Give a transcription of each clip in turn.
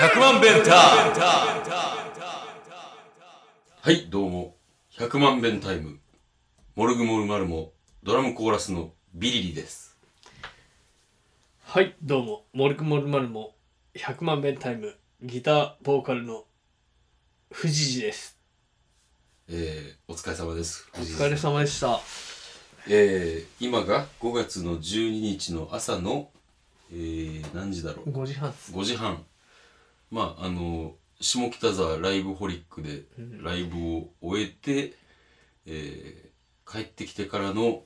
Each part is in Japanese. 100万弁タはい、どうも。100万弁タイム。モルグモルマルモ、ドラムコーラスのビリリです。はい、どうも、モルクモルマルモ、100万遍タイム、ギター、ボーカルの藤次です。えー、お疲れ様です。おお疲れ。様でした。えー、今が5月の12日の朝の、えー、何時だろう。 5時半っす。 5時半。まあ、あの、下北沢ライブホリックでうんライブを終えて、えー、帰ってきてからの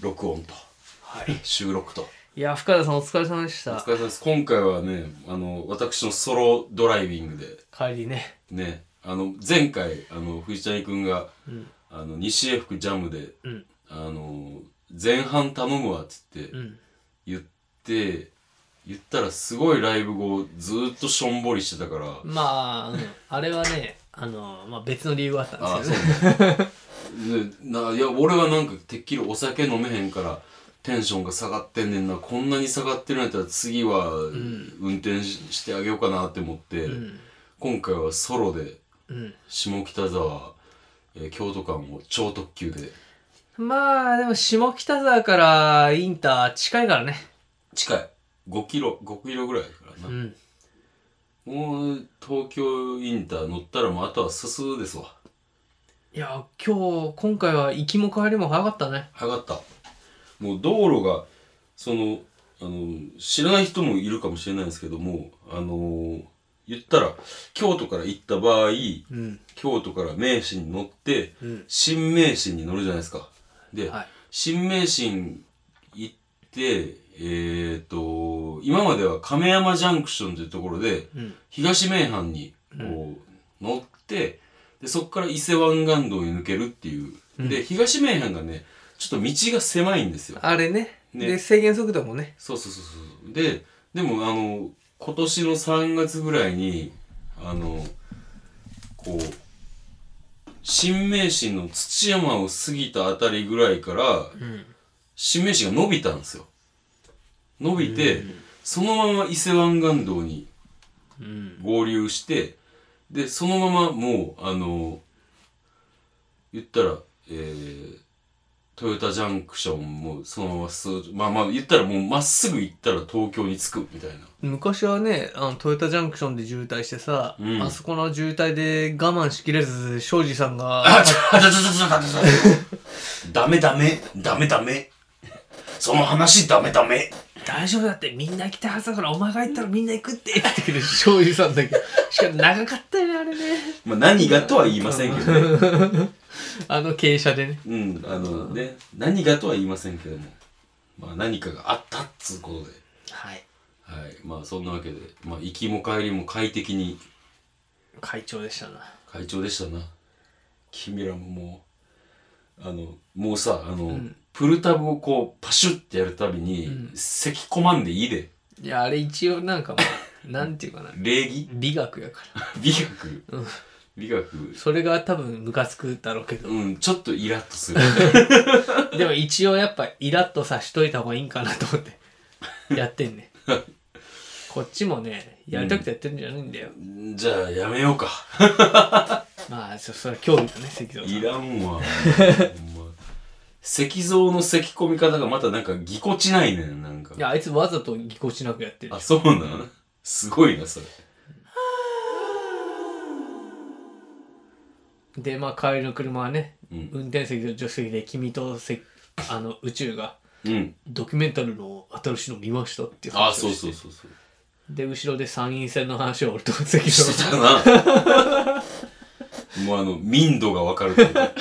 録音と。 はい。収録と。いや、深田さんお疲れ様でしおた。疲れ様です。今回はね、あの、私のソロドライビングで、帰りね。ね、あの、前回、あの、藤谷くんが、うん。あの、西江福ジャムで、うん。あの、前半頼むわっつってうん。言って、言ったらすごいライブ後、ずーっとしょんぼりしてたから、まあ、うん、あれはね、あの、まあ別の理由があったんあでーすそようね。ねないや俺はなんかてっきりお酒飲めへんからテンションが下がってんねんなこんなに下がってるんやったら次はん運転し,、てあげようかなって思って、うん。今回はソロで うん。下北沢、えー京都間を超特急でまあ、でも下北沢からインター近いからね。近い5キロ5キロぐらいだからうな、ん。もう東京インター乗ったらもうあとはすすですわいや、今日、今回は行きも帰りも早かったね。早かったもう道路がそのあの知らない人もいるかもしれないんですけどもあのー言ったら京都から行った場合うん。京都から名神に乗ってうん。新名神に乗るじゃないですかで、はい。新名神行ってえっ、と今までは亀山ジャンクションというところでうん。東名阪にこう乗って、でそこから伊勢湾岸道に抜けるっていう、うんで東名阪がねちょっと道が狭いんですよあれね。ねで、制限速度もね。そうそうそうそうででもあの今年の3月ぐらいにあのこう新名神の土山を過ぎたあたりぐらいからうん。新名神が伸びたんですよ伸びて、そのまま伊勢湾岸道にうん。合流してでそのままもうあの言ったらえー、トヨタジャンクションもそのままスーッとまあまあ言ったらもうまっすぐ行ったら東京に着くみたいな昔はね、あの、トヨタジャンクションで渋滞してさ、うんあそこの渋滞で我慢しきれず、庄司さ んあが、ちょちょちょちょちょちょちょ ダメダメダメダメその話ダメダメ大丈夫だって、みんな行きたいはずだから、お前が行ったらみんな行くって、ってくる庄司さんだけど。 しかも長かったよね、あれね。まあ何がとは言いませんけどねあの傾斜でね。うんあのね何がとは言いませんけどもまあ何かがあったっつうことではい。はいまあそんなわけでまあ行きも帰りも快適に会長でしたな。会長でしたな君らももうあのもうさあの、んプルタブをこうパシュってやるたびに、うん咳込まんでいいでいや、あれ一応なんかもう、なんていうかな。礼儀美学やから。美学、美学それが多分ムカつくだろうけど。うんちょっとイラッとする でも一応やっぱイラッとさしといた方がいいんかなと思って、やって んね。こっちもね、やりたくてやってるんじゃないんだよ。 じゃあやめようかまあ、そ、それは興味だね、関蔵さいん。らんわほんま石像の咳込み方がまたなんかぎこちないねんなんかいや、あいつわざとぎこちなくやってるあ。そうなんすごいなそれで、まあ、帰りの車はね、うん運転席と助手席で君とせ、あの、宇宙が、うんドキュメンタルの新しいの見ましたっていうあ話をそうしてそうそうそうで、後ろで参院選の話を俺と関蔵しさん。てたな。もうあの、民度がわかるというか。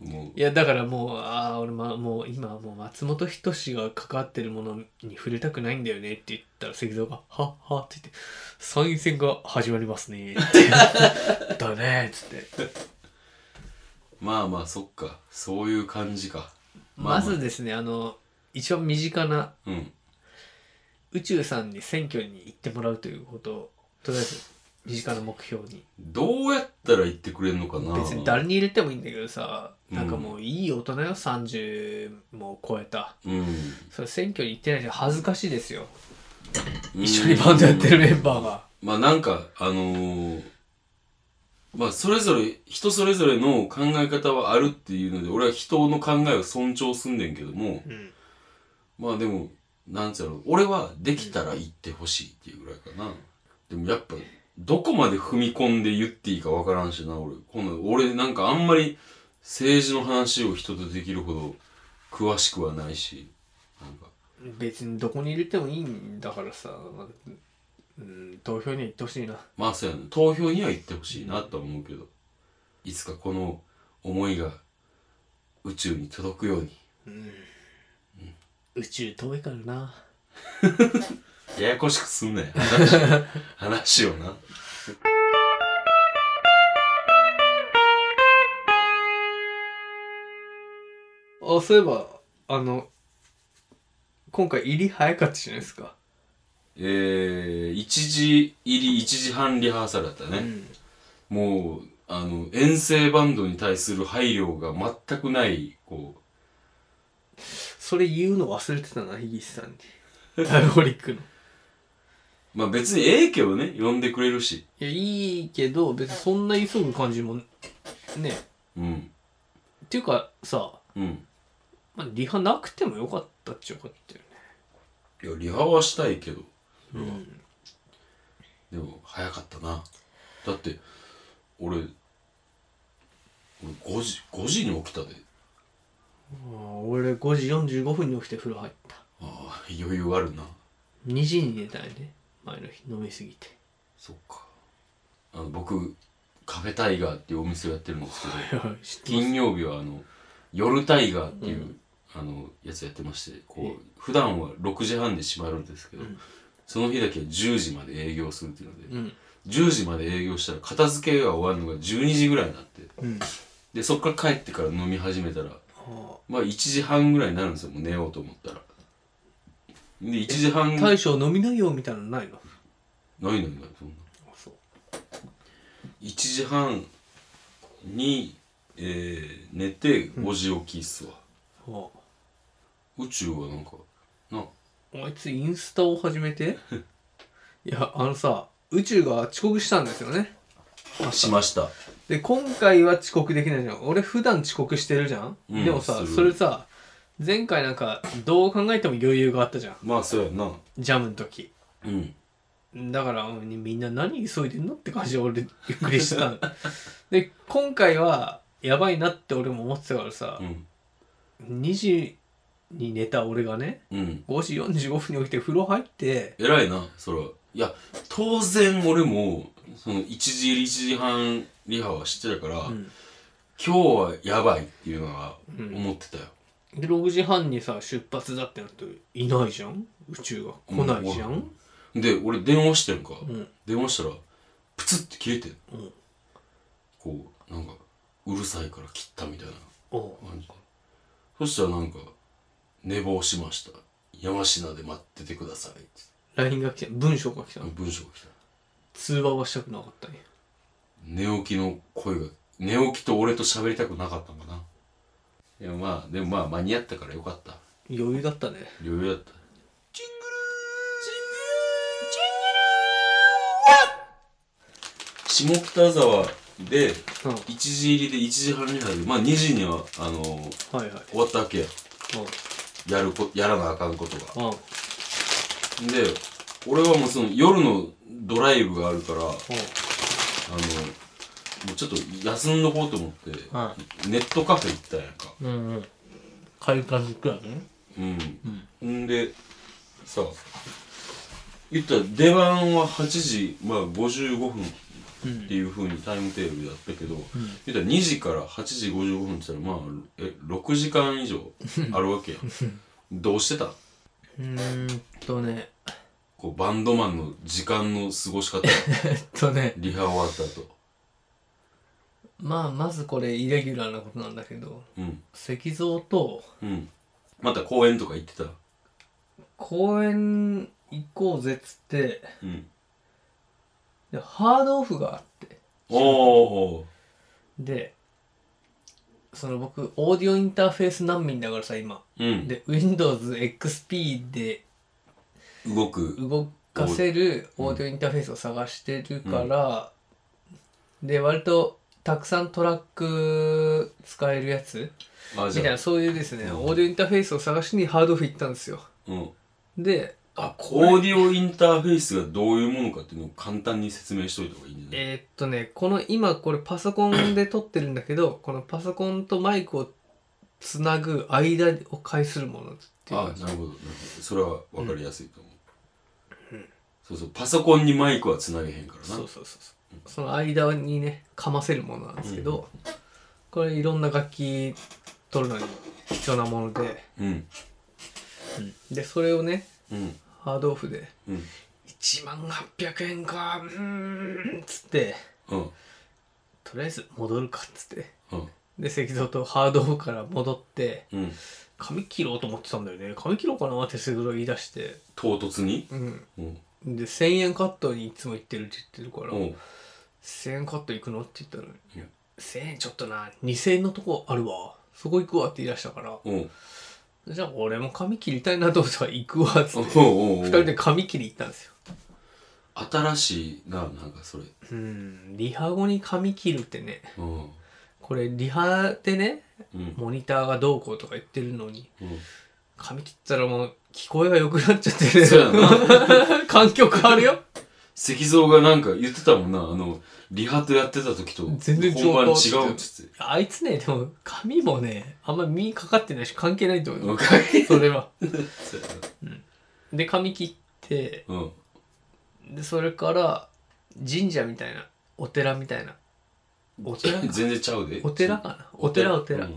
もいや、だからもう、ああ、俺、ま、もう今、もう松本人志が関わってるものに触れたくないんだよねって言ったら、関蔵が、はっはって言って、参院選が始まりますね って。だねっつって。う、まあまあ、そっか。そういう感じか。まあまずですね、あの、一番身近なうん。宇宙さんに選挙に行ってもらうということを、とりあえず身近な目標にどうやったら言ってくれんのかな別に誰に入れてもいいんだけどさうんなんかもういい大人よ30も超えたうん、それ選挙に行ってないし恥ずかしいですようん一緒にバンドやってるメンバーがまあなんかあのーまあそれぞれ人それぞれの考え方はあるっていうので俺は人の考えを尊重すんねんけどもうんまあでもなんつうの俺はできたら言ってほしいっていうぐらいかなでもやっぱどこまで踏み込んで言っていいかわからんしな俺この俺なんかあんまり政治の話を人とできるほど詳しくはないしなんか別にどこに入れてもいいんだからさ、うん、投票には行ってほしいなまあそうやな投票には行ってほしいなとは思うけどいつかこの思いが宇宙に届くように宇宙遠いからなややこしくすんなよ話をなあそういえばあの今回入り早かったじゃないですか、えー、1時入り1時半リハーサルだったうね、んもうあの遠征バンドに対する配慮が全くないこうそれ言うの忘れてたな樋口さんにダイオリックのまあ別にええけどね呼んでくれるしいやいいけど別にそんな急ぐ感じもねうんっていうかさ、うんまあ、リハなくてもよかったっちゃよかったよねいやリハはしたいけどうんでも早かったなだって俺俺5時5時に起きたで俺5時45分に起きて風呂入ったああ余裕あるな2時に寝たよね前の日飲みすぎてそっかあの僕カフェタイガーっていうお店をやってるんですけど知ってます金曜日はあの夜タイガーっていう、うあのやつやってましてえこう普段は6時半で閉まるんですけど、うんその日だけは10時まで営業するっていうので、うん10時まで営業したら片付けが終わるのが12時ぐらいになってうんでそっから帰ってから飲み始めたらあまあ1時半ぐらいになるんですよもう寝ようと思ったらで1時半ーない大将飲みなよみたいなのないのないないそんなそう1時半に、えー寝て5時起きっすわ、あ宇宙はなんかなああいつインスタを始め ていやあのさ宇宙が遅刻したんですよねしましたで今回は遅刻できないじゃん俺普段遅刻してるじゃん、うんでもさするそれさ前回なんかどう考えても余裕があったじゃんまあそうやなジャムの時うんだからみんな何急いでんのって感じで俺ゆっくりして たので今回はやばいなって俺も思ってたからさう、ん2時に寝た俺がねうん5時45分に起きて風呂入って偉いなそれはいや当然俺もその1時1時半リハはしてたから、うん今日はやばいっていうのはうん思ってたよ、で6時半にさ出発だってなっていないじゃん宇宙が来ないじゃん、で俺電話してるか、ん電話したらプツって切れてんうんこうなんかうるさいから切ったみたいなおう感じでそしたらなんか「寝坊しました山科で待っててください」って LINE が来た文章が来た文章が来た通話はしたくなかったね寝起きの声が寝起きと俺と喋りたくなかったのかなでもまあでもまあ間に合ったからよかった余裕だったね余裕だったジングルージングルー下北沢でうん1時入りで1時半に入るまあ2時にはあのーはいはい終わったわけやうやるこやらなあかんことがんうんで俺はもうその夜のドライブがあるからあのもうちょっと休んどこうと思って、はネットカフェ行ったやんかうんうん快感行くやねうん、ん、でさ言ったら出番は8時、まあ、55分っていうふうにタイムテーブルだったけど、言ったら2時から8時55分って言ったらまあえ6時間以上あるわけやんどうしてたうーんとねこうバンドマンの時間の過ごし方えっとねリハ終わった後まあまずこれイレギュラーなことなんだけどうん石像とうんまた公園とか行ってた公園行こうぜっつってうんでハードオフがあっておおでその僕オーディオインターフェース難民だからさ今うんで WindowsXP で動く動かせるオーディオインターフェースを探してるから、で割とたくさんトラック使えるやつあみじたいゃあなそういうですね、うんオーディオインターフェースを探しにハードオフ行ったんですようんであこれオーディオインターフェースがどういうものかっていうのを簡単に説明しといた方がいいんじゃないえーっとねこの今これパソコンで撮ってるんだけどこのパソコンとマイクをつなぐ間を介するものっていうあなかるほどなるほどそれは分かりやすいと思う、そうそうパソコンにマイクはつなげへんからなそうそうそうそうその間にねかませるものなんですけど、これいろんな楽器撮るのに必要なもので、うんでそれをねうんハードオフでうん1万800円かうーんっつってうんとりあえず戻るかっつってうんで石像とハードオフから戻ってうん髪切ろうと思ってたんだよね髪切ろうかなって石像言い出して唐突にうんうんで1000円カットにいつも行ってるって言ってるから、うん1000円カット行くのって言ったらいや「1000円ちょっとな2000円のとこあるわそこ行くわ」って言い出したからうん「じゃあ俺も髪切りたいなと思ったら行くわ」っつおっうておうおう2人で髪切り行ったんですよ新しいななんかそれうんリハ後に髪切るってねうんこれリハでねうんモニターがどうこうとか言ってるのにうん髪切ったらもう聞こえが良くなっちゃってねそうや 環境変わるよ石像がなんか言ってたもんなあのリハとやってた時と全然違う本番違うっつってあいつねでも髪もねあんま身かかってないし関係ないと思ううんかっけえそれはそうやで髪切ってなうんでそれから神社みたいなお寺みたいなお寺か全然ちゃうでお寺かなお寺お寺、う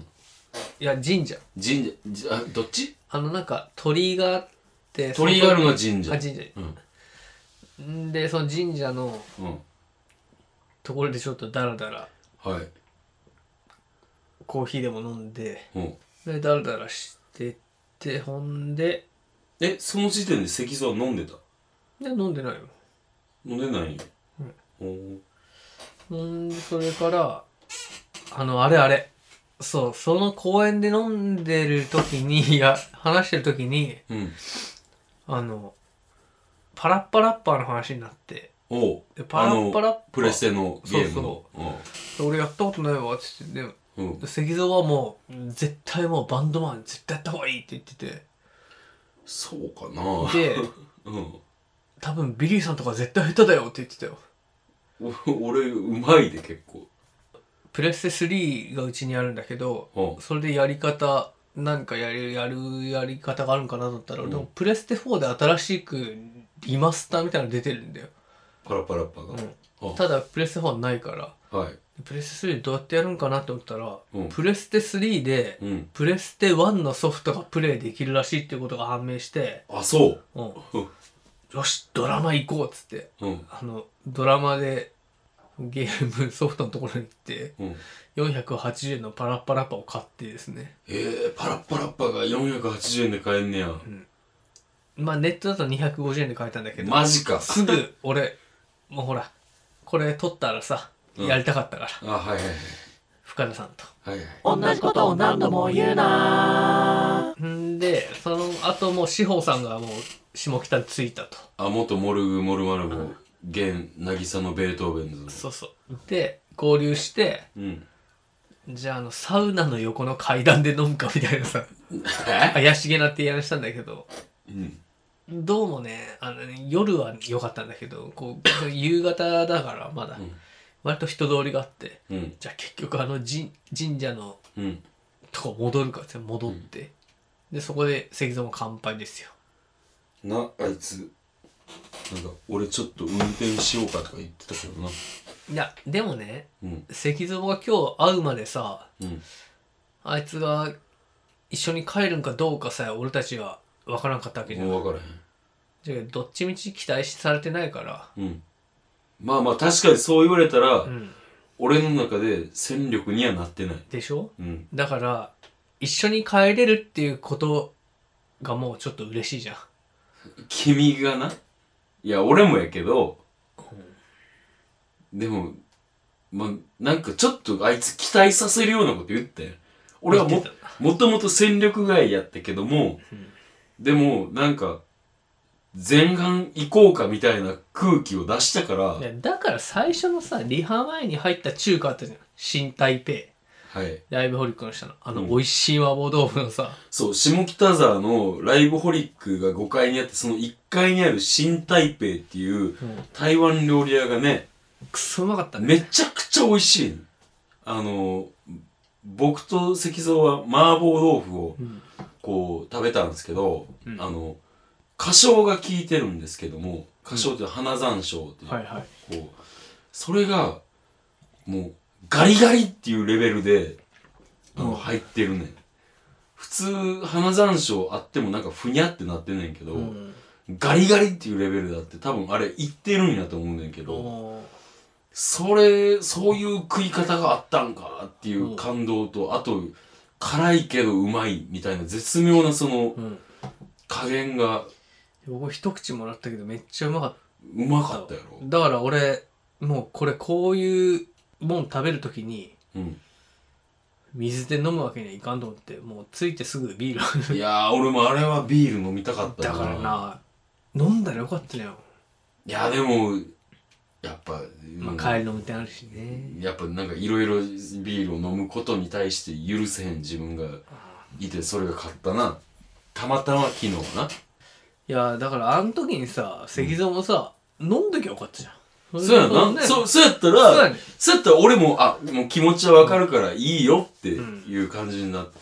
いんや神社神社じあどっちあのなんか鳥居があって鳥居があるのが神社あ神社うんんでその神社のうんところでちょっとダラダラはいコーヒーでも飲んでうんでダラダラしてってほんでえその時点で石像は飲んでたで飲んでないよ飲んでないんやおうんーほんでそれからあのあれあれそうその公園で飲んでる時にいや話してる時にうんあのパラッパラッパーの話になっておうでパラッパラッパープレステのゲームのそ俺やったことないわっつってでうんうん石像はもう絶対もうバンドマン絶対やった方がいいって言っててそうかなでうん多分ビリーさんとか絶対下手だよって言ってたよお俺うまいで結構プレステ3がうちにあるんだけどうそれでやり方なんかやるやるやり方があるんかなと思ったら、うんでもプレステ4で新しくリマスターみたいなの出てるんだよ、パラパラッパがあただプレステ4ないからはいプレステ3どうやってやるんかなって思ったら、うんプレステ3でうんプレステ1のソフトがプレイできるらしいっていうことが判明して、あそううん、よしドラマ行こうっつってうんあのドラマでゲームソフトのところに行ってうん480円のパラッパラッパを買ってですねえー、パラッパラッパが480円で買えんねやまあネットだと250円で買えたんだけどマジかすぐ俺もうほらこれ撮ったらさうんやりたかったから、あはいはい深田さんとはいはい同じことを何度も言うなんでその後もう志保さんがもう下北に着いたとあ元モルグモルマルモ現渚のベートーベンズのそうそうで合流してうんじゃああのサウナの横の階段で飲むかみたいなさ怪しげな提案したんだけどうんどうもねあのね夜は良かったんだけどこう夕方だからまだ、ん割と人通りがあってうんじゃあ結局あの神神社のうんとこ戻るかって戻って、でそこで石像も乾杯ですよなあいつなんか俺ちょっと運転しようかとか言ってたけどないやでもねうん石像が今日会うまでさうんあいつが一緒に帰るんかどうかさえ俺たちは分からんかったわけじゃんもう分からじゃあどっちみち期待されてないからへんうんまあまあ確かにそう言われたら、うん俺の中で戦力にはなってないでしょうんだから一緒に帰れるっていうことがもうちょっと嬉しいじゃん君がないや俺もやけど、でも、まあ、なんかちょっとあいつ期待させるようなこと言ったよ。俺は見もて、たもともと戦力外やったけども、うんでも、なんか、前半行こうかみたいな空気を出したから、いやだから最初のさリハ前に入った中華あったじゃん新台北はい。ライブホリックの下のあのうん美味しい和棒豆腐のさ、そう、下北沢のライブホリックが5階にあって、その1階にある新台北っていう台湾料理屋がね、くそうまかったねめちゃくちゃ美味しいの。あの、僕と石像は麻婆豆腐をうんこう食べたんですけど、うんあの、花椒が効いてるんですけども、花椒って花山椒っていう、はいはいこう、それが、もう、ガリガリっていうレベルで、あうんの、入ってるねん。普通、花山椒あってもなんかふにゃってなってんねんけど、うんガリガリっていうレベルだって多分あれいってるんやと思うねんけど、おーそれ、そういう食い方があったんかっていう感動と、あと、辛いけどうまいみたいな絶妙なそのうん加減が僕一口もらったけどめっちゃうまかっうまたかったやろ。だから俺もうこれこういうもん食べるときにうん。水で飲むわけにはいかんと思ってもうついてすぐビール いやー、俺もあれはビール飲みたかっただな。からな飲んだらよかったじゃん、いや、でも、やっぱ、まうんあ、帰り飲むってあるしねやっぱなんかいろいろビールを飲むことに対して許せへん自分がいて、それが勝ったな。たまたま昨日な。いやだからあの時にさ石像もさ、飲んどきゃよかったじゃんそうやな。ねそう、そうやったそうやらね、そうやったら俺も、あ、もう気持ちはわかるからいいよっていう感じになって。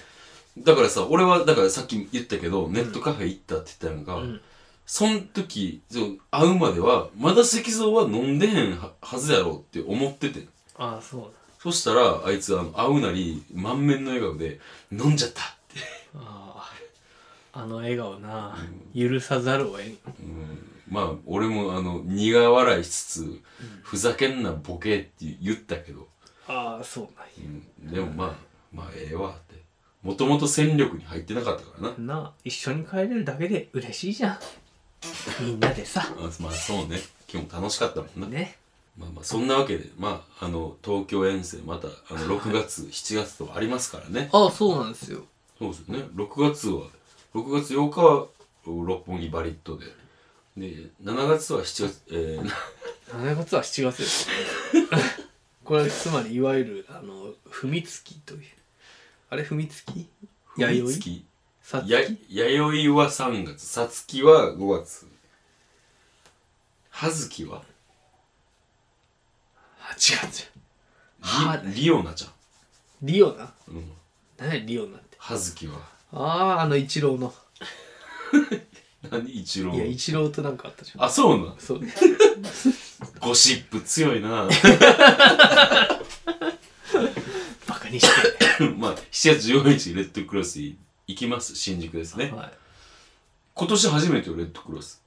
だからさ、俺は、だからさっき言ったけど、ネットカフェ行ったって言ったやうんか、んそん時、そう会うまでは、まだ石像は飲んでへんははずやろって思ってて。ああそうそしたら、あいつ、あの、会うなり、満面の笑顔で、飲んじゃったって。あああの笑顔な許さざるを得んまあ、俺も、あの、苦笑いしつつ、ふざけんなボケって言ったけど、ああそうなんやうん、でもまあ、まあ、ええわって。もともと戦力に入ってなかったからな。なあ一緒に帰れるだけで嬉しいじゃんみんなでさあまあ、そうね。今日も楽しかったもんな。ねまあまあ、そんなわけで、まあ、あの、東京遠征、また、あの、6月、7月とありますからね。ああそうなんですよそうですよね。6月は、6月8日は、六本木バリットで。で、7月は7月、えー、 7月は7月ですね これはつまりいわゆるあの踏みつきというあれ踏みつき弥弥生生さつきや弥生は3月さつきは5月葉月はあ違う違うはリリオナちゃリオナん、うん、何やリオナって葉月はあああの一郎の何一郎いや一郎となんかあったじゃんあそうなんそうねゴシップ強い なバカにして、まあ7月14日レッドクロス行きます新宿ですねはい、今年初めてよレッドクロス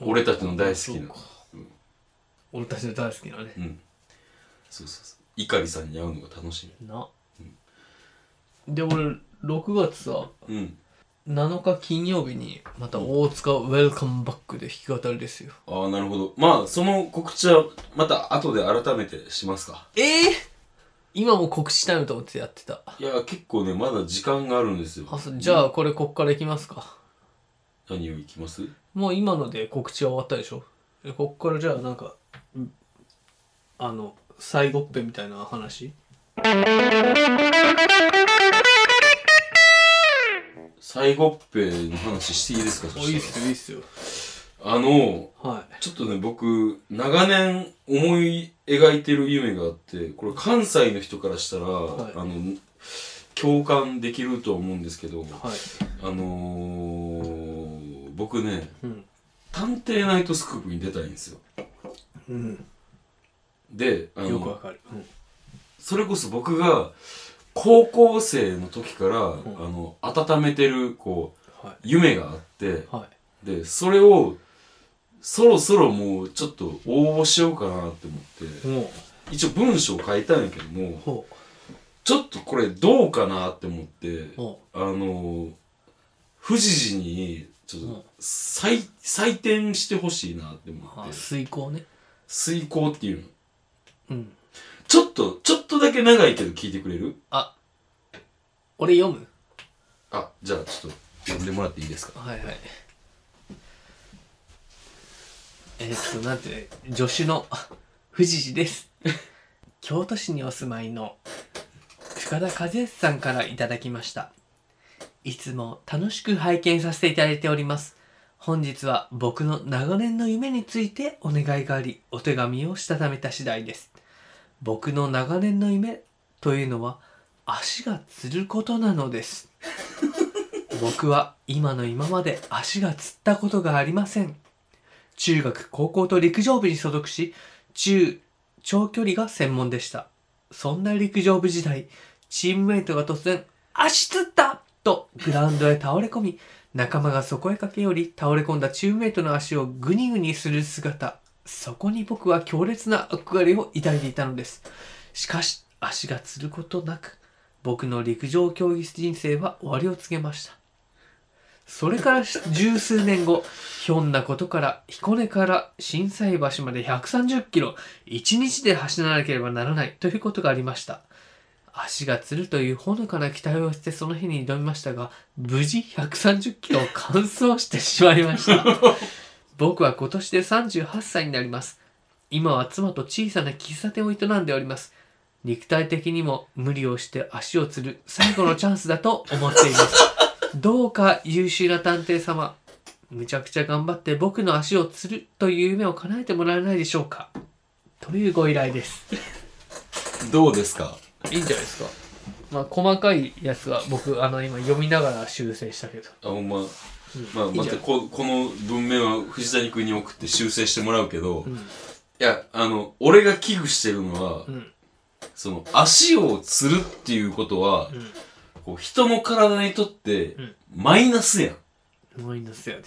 俺たちの大好きなそうか俺たちの大好きなねうんそうそうそう碇さんに会うのが楽しな、で俺6月さみうん7日金曜日にまた大塚ウェルカムバックで弾き語りですよああなるほどまあその告知はまた後で改めてしますかええ今も告知タイムと思ってやってたいや、結構ね、まだ時間があるんですよ。あそうじゃあこれこっから行きますか何をいきますもう今ので告知は終わったでしょえこっからじゃあなんかうんあの最後っぺみたいな話最後っぺの話していいですかそおいいっしすたよいいっすよら。あの、はちょっとね、僕、長年思い描いてる夢があって、これ関西の人からしたら、はいあの、共感できると思うんですけど、いはいあのー、僕ね、うん探偵ナイトスクープに出たいんですよ。うんで、あよくわの、かる、うんそれこそ僕が、高校生の時から、んあの、温めてる、こう、はい夢があって、はいで、それを、そろそろもうちょっと応募しようかなって思って、も一応文章書いたんやけどもう、ほちょっとこれどうかなって思ってう、ほあの、富士寺に、ちょっうんと、採、採点してほしいなって思うあって、遂行ね遂行っていうの。うん。ちょっと、ちょっとだけ長いけど聞いてくれる俺読むあ、じゃあちょっと読んでもらっていいですかはいはい。えーっと、なんて、助手の 藤次です。京都市にお住まいの深田和義さんからいただきました。いつも楽しく拝見させていただいております。本日は僕の長年の夢についてお願いがあり、お手紙をしたためた次第です。僕の長年の夢というのは足がつることなのです。僕は今の今まで足がつったことがありません中学高校と陸上部に所属し中長距離が専門でしたそんな陸上部時代チームメイトが突然「足つった!」とグラウンドへ倒れ込み仲間がそこへ駆け寄り倒れ込んだチームメイトの足をグニグニする姿そこに僕は強烈な憧れを抱いていたのですしかし足がつることなく僕の陸上競技人生は終わりを告げましたそれから十数年後、ひょんなことから彦根から震災橋まで130キロ、一日で走らなければならないということがありました。足がつるというほのかな期待をしてその日に挑みましたが、無事130キロを完走してしまいました。僕は今年で38歳になります。今は妻と小さな喫茶店を営んでおります。肉体的にも無理をして足をつる最後のチャンスだと思っています。どうか優秀な探偵様、むちゃくちゃ頑張って僕の足をつるという夢を叶えてもらえないでしょうかというご依頼です。どうですかいいんじゃないですか。まあ、細かいやつは僕、あの、今読みながら修正したけど。あ、ほんま。まあ、いいんまじゃたないここの文面は藤谷君に送って修正してもらうけど、ういん。や、あの、俺が危惧してるのは、うん。その、足をつるっていうことは、うこう人の体にとってうん、マイナスやん。ん。マイナスやで。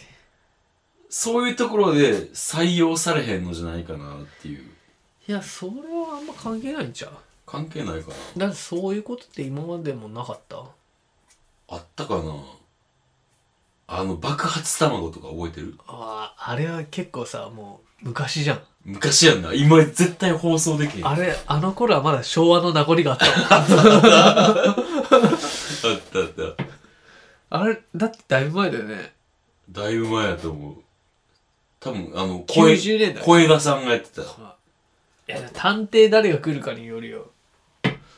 そういうところで採用されへんのじゃないかなっていう。いや、それはあんま関係ないんちゃう関係ないかな。だってそういうことって今までもなかったあったかなあの、爆発卵とか覚えてるああ、あれは結構さ、もう昔じゃん。昔やんな。今絶対放送できへん。ああっれ、あの頃はまだ昭和の名残があったわ。たあった。あれ、だってだいぶ前だよね。だいぶ前やと思う。多分、あの、声、 90年代。小枝さんがやってた。いや、探偵誰が来るかによるよ。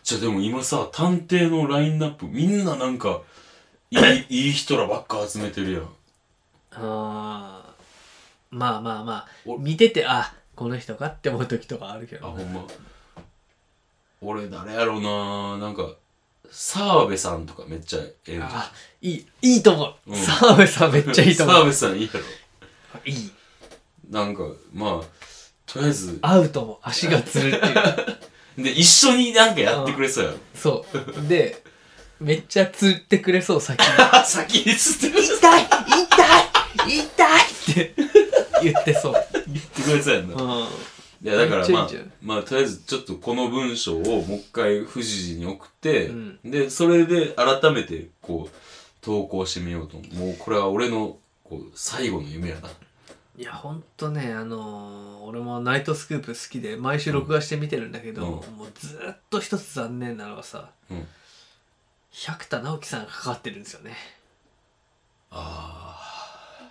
じゃあでも今さ、探偵のラインナップ、みんななんか、いい いい人らばっか集めてるやん。あーまあまあまあお、見てて、あ、この人かって思う時とかあるけあ、ど。ほんま。俺誰やろうななんか、澤部さんとかめっちゃええんじゃん あ、いい、いいと思うう。ん澤部さんめっちゃいいと思澤う。部さんいいやろ。いい。なんか、まあ、とりあえず、合うと思う。足がつるっていう。で、一緒になんかやってくれそうやろ。そう。で、めっちゃつってくれそう、先に。あ、先に吸 ってくれそう。痛い痛い痛いって言ってそう。言ってくれそうやんな。うん。いや、だからめまあっちゃいいんじゃない、まあ、とりあえずちょっとこの文章をもう一回富士に送って、うんで、それで改めて、こう、投稿してみようと思う。もうこれは俺の、こう、最後の夢やな。いやほんとねあのー俺もナイトスクープ好きで毎週録画して見てるんだけど、うもうずーっと一つ残念なのはさ、うん百田直樹さんがかかってるんですよねあ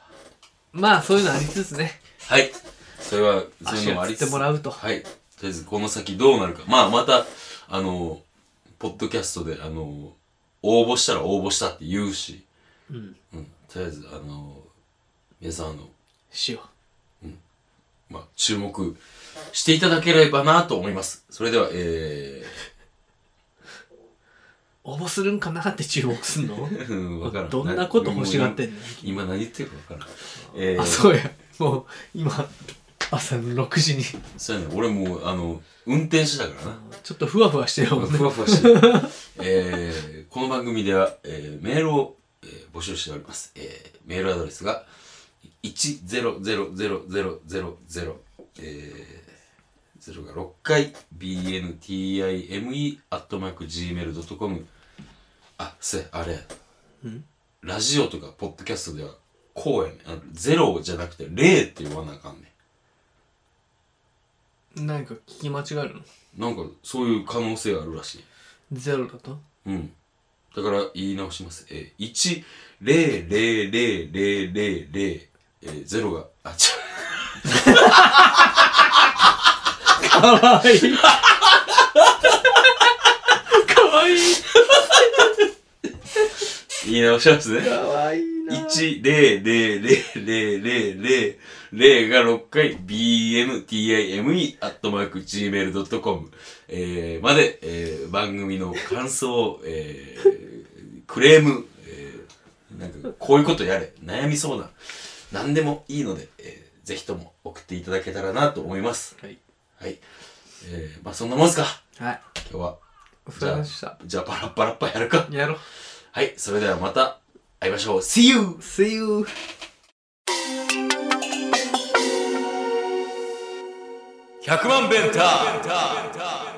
まあそういうのありつつねあ。はい。それは、 そういう足のもがあつりっつてつ。もらうとはい。とりあえず、この先どうなるか。まあ、また、あの、ポッドキャストで、あの、応募したら応募したって言うし、うんうん。とりあえず、あの、皆さん、あの、しよまあ、注目していただければなと思います。それでは、えう応募するんかなって注目すんのー、 うんわからん。どんなこと欲しがってんの今何言ってるかわからん。えあー、そうやもう今朝の6時にそうやね。俺もう、あの、運転手だからな。ちょっとふわふわしてるもんねふわふわしてる。えー、この番組では、えー、メールを、えー募集しております。えー、メールアドレスが、1000000、えー、0が6回、bntime.gmail.com。あ、せや、あれ。うんラジオとか、ポッドキャストでは、こうやねん。あのゼロじゃなくて、0って言わなあかんねん。何か聞き間違えるのなんかそういう可能性あるらしいゼロだとうんだから言い直しますえー、10000000えー、ゼロがあちかわいいかわいいゃ言い直しますねかわいいな1、0、0、0、0、0、0が6回、bmtime、アットマーク、gmail.com、えー、まで、えー、番組の感想、えー、クレーム、えー、なんか、こういうことやれ、悩みそうな、なんでもいいので、えー、ぜひとも送っていただけたらなと思います。はいはい。えー、まあそんなもんすか、はい今日は。お疲れ様でしたじゃあ、パラッパラッパやるか。やろうはい、それではまた、会いましょう。See you! See you 100万ベンター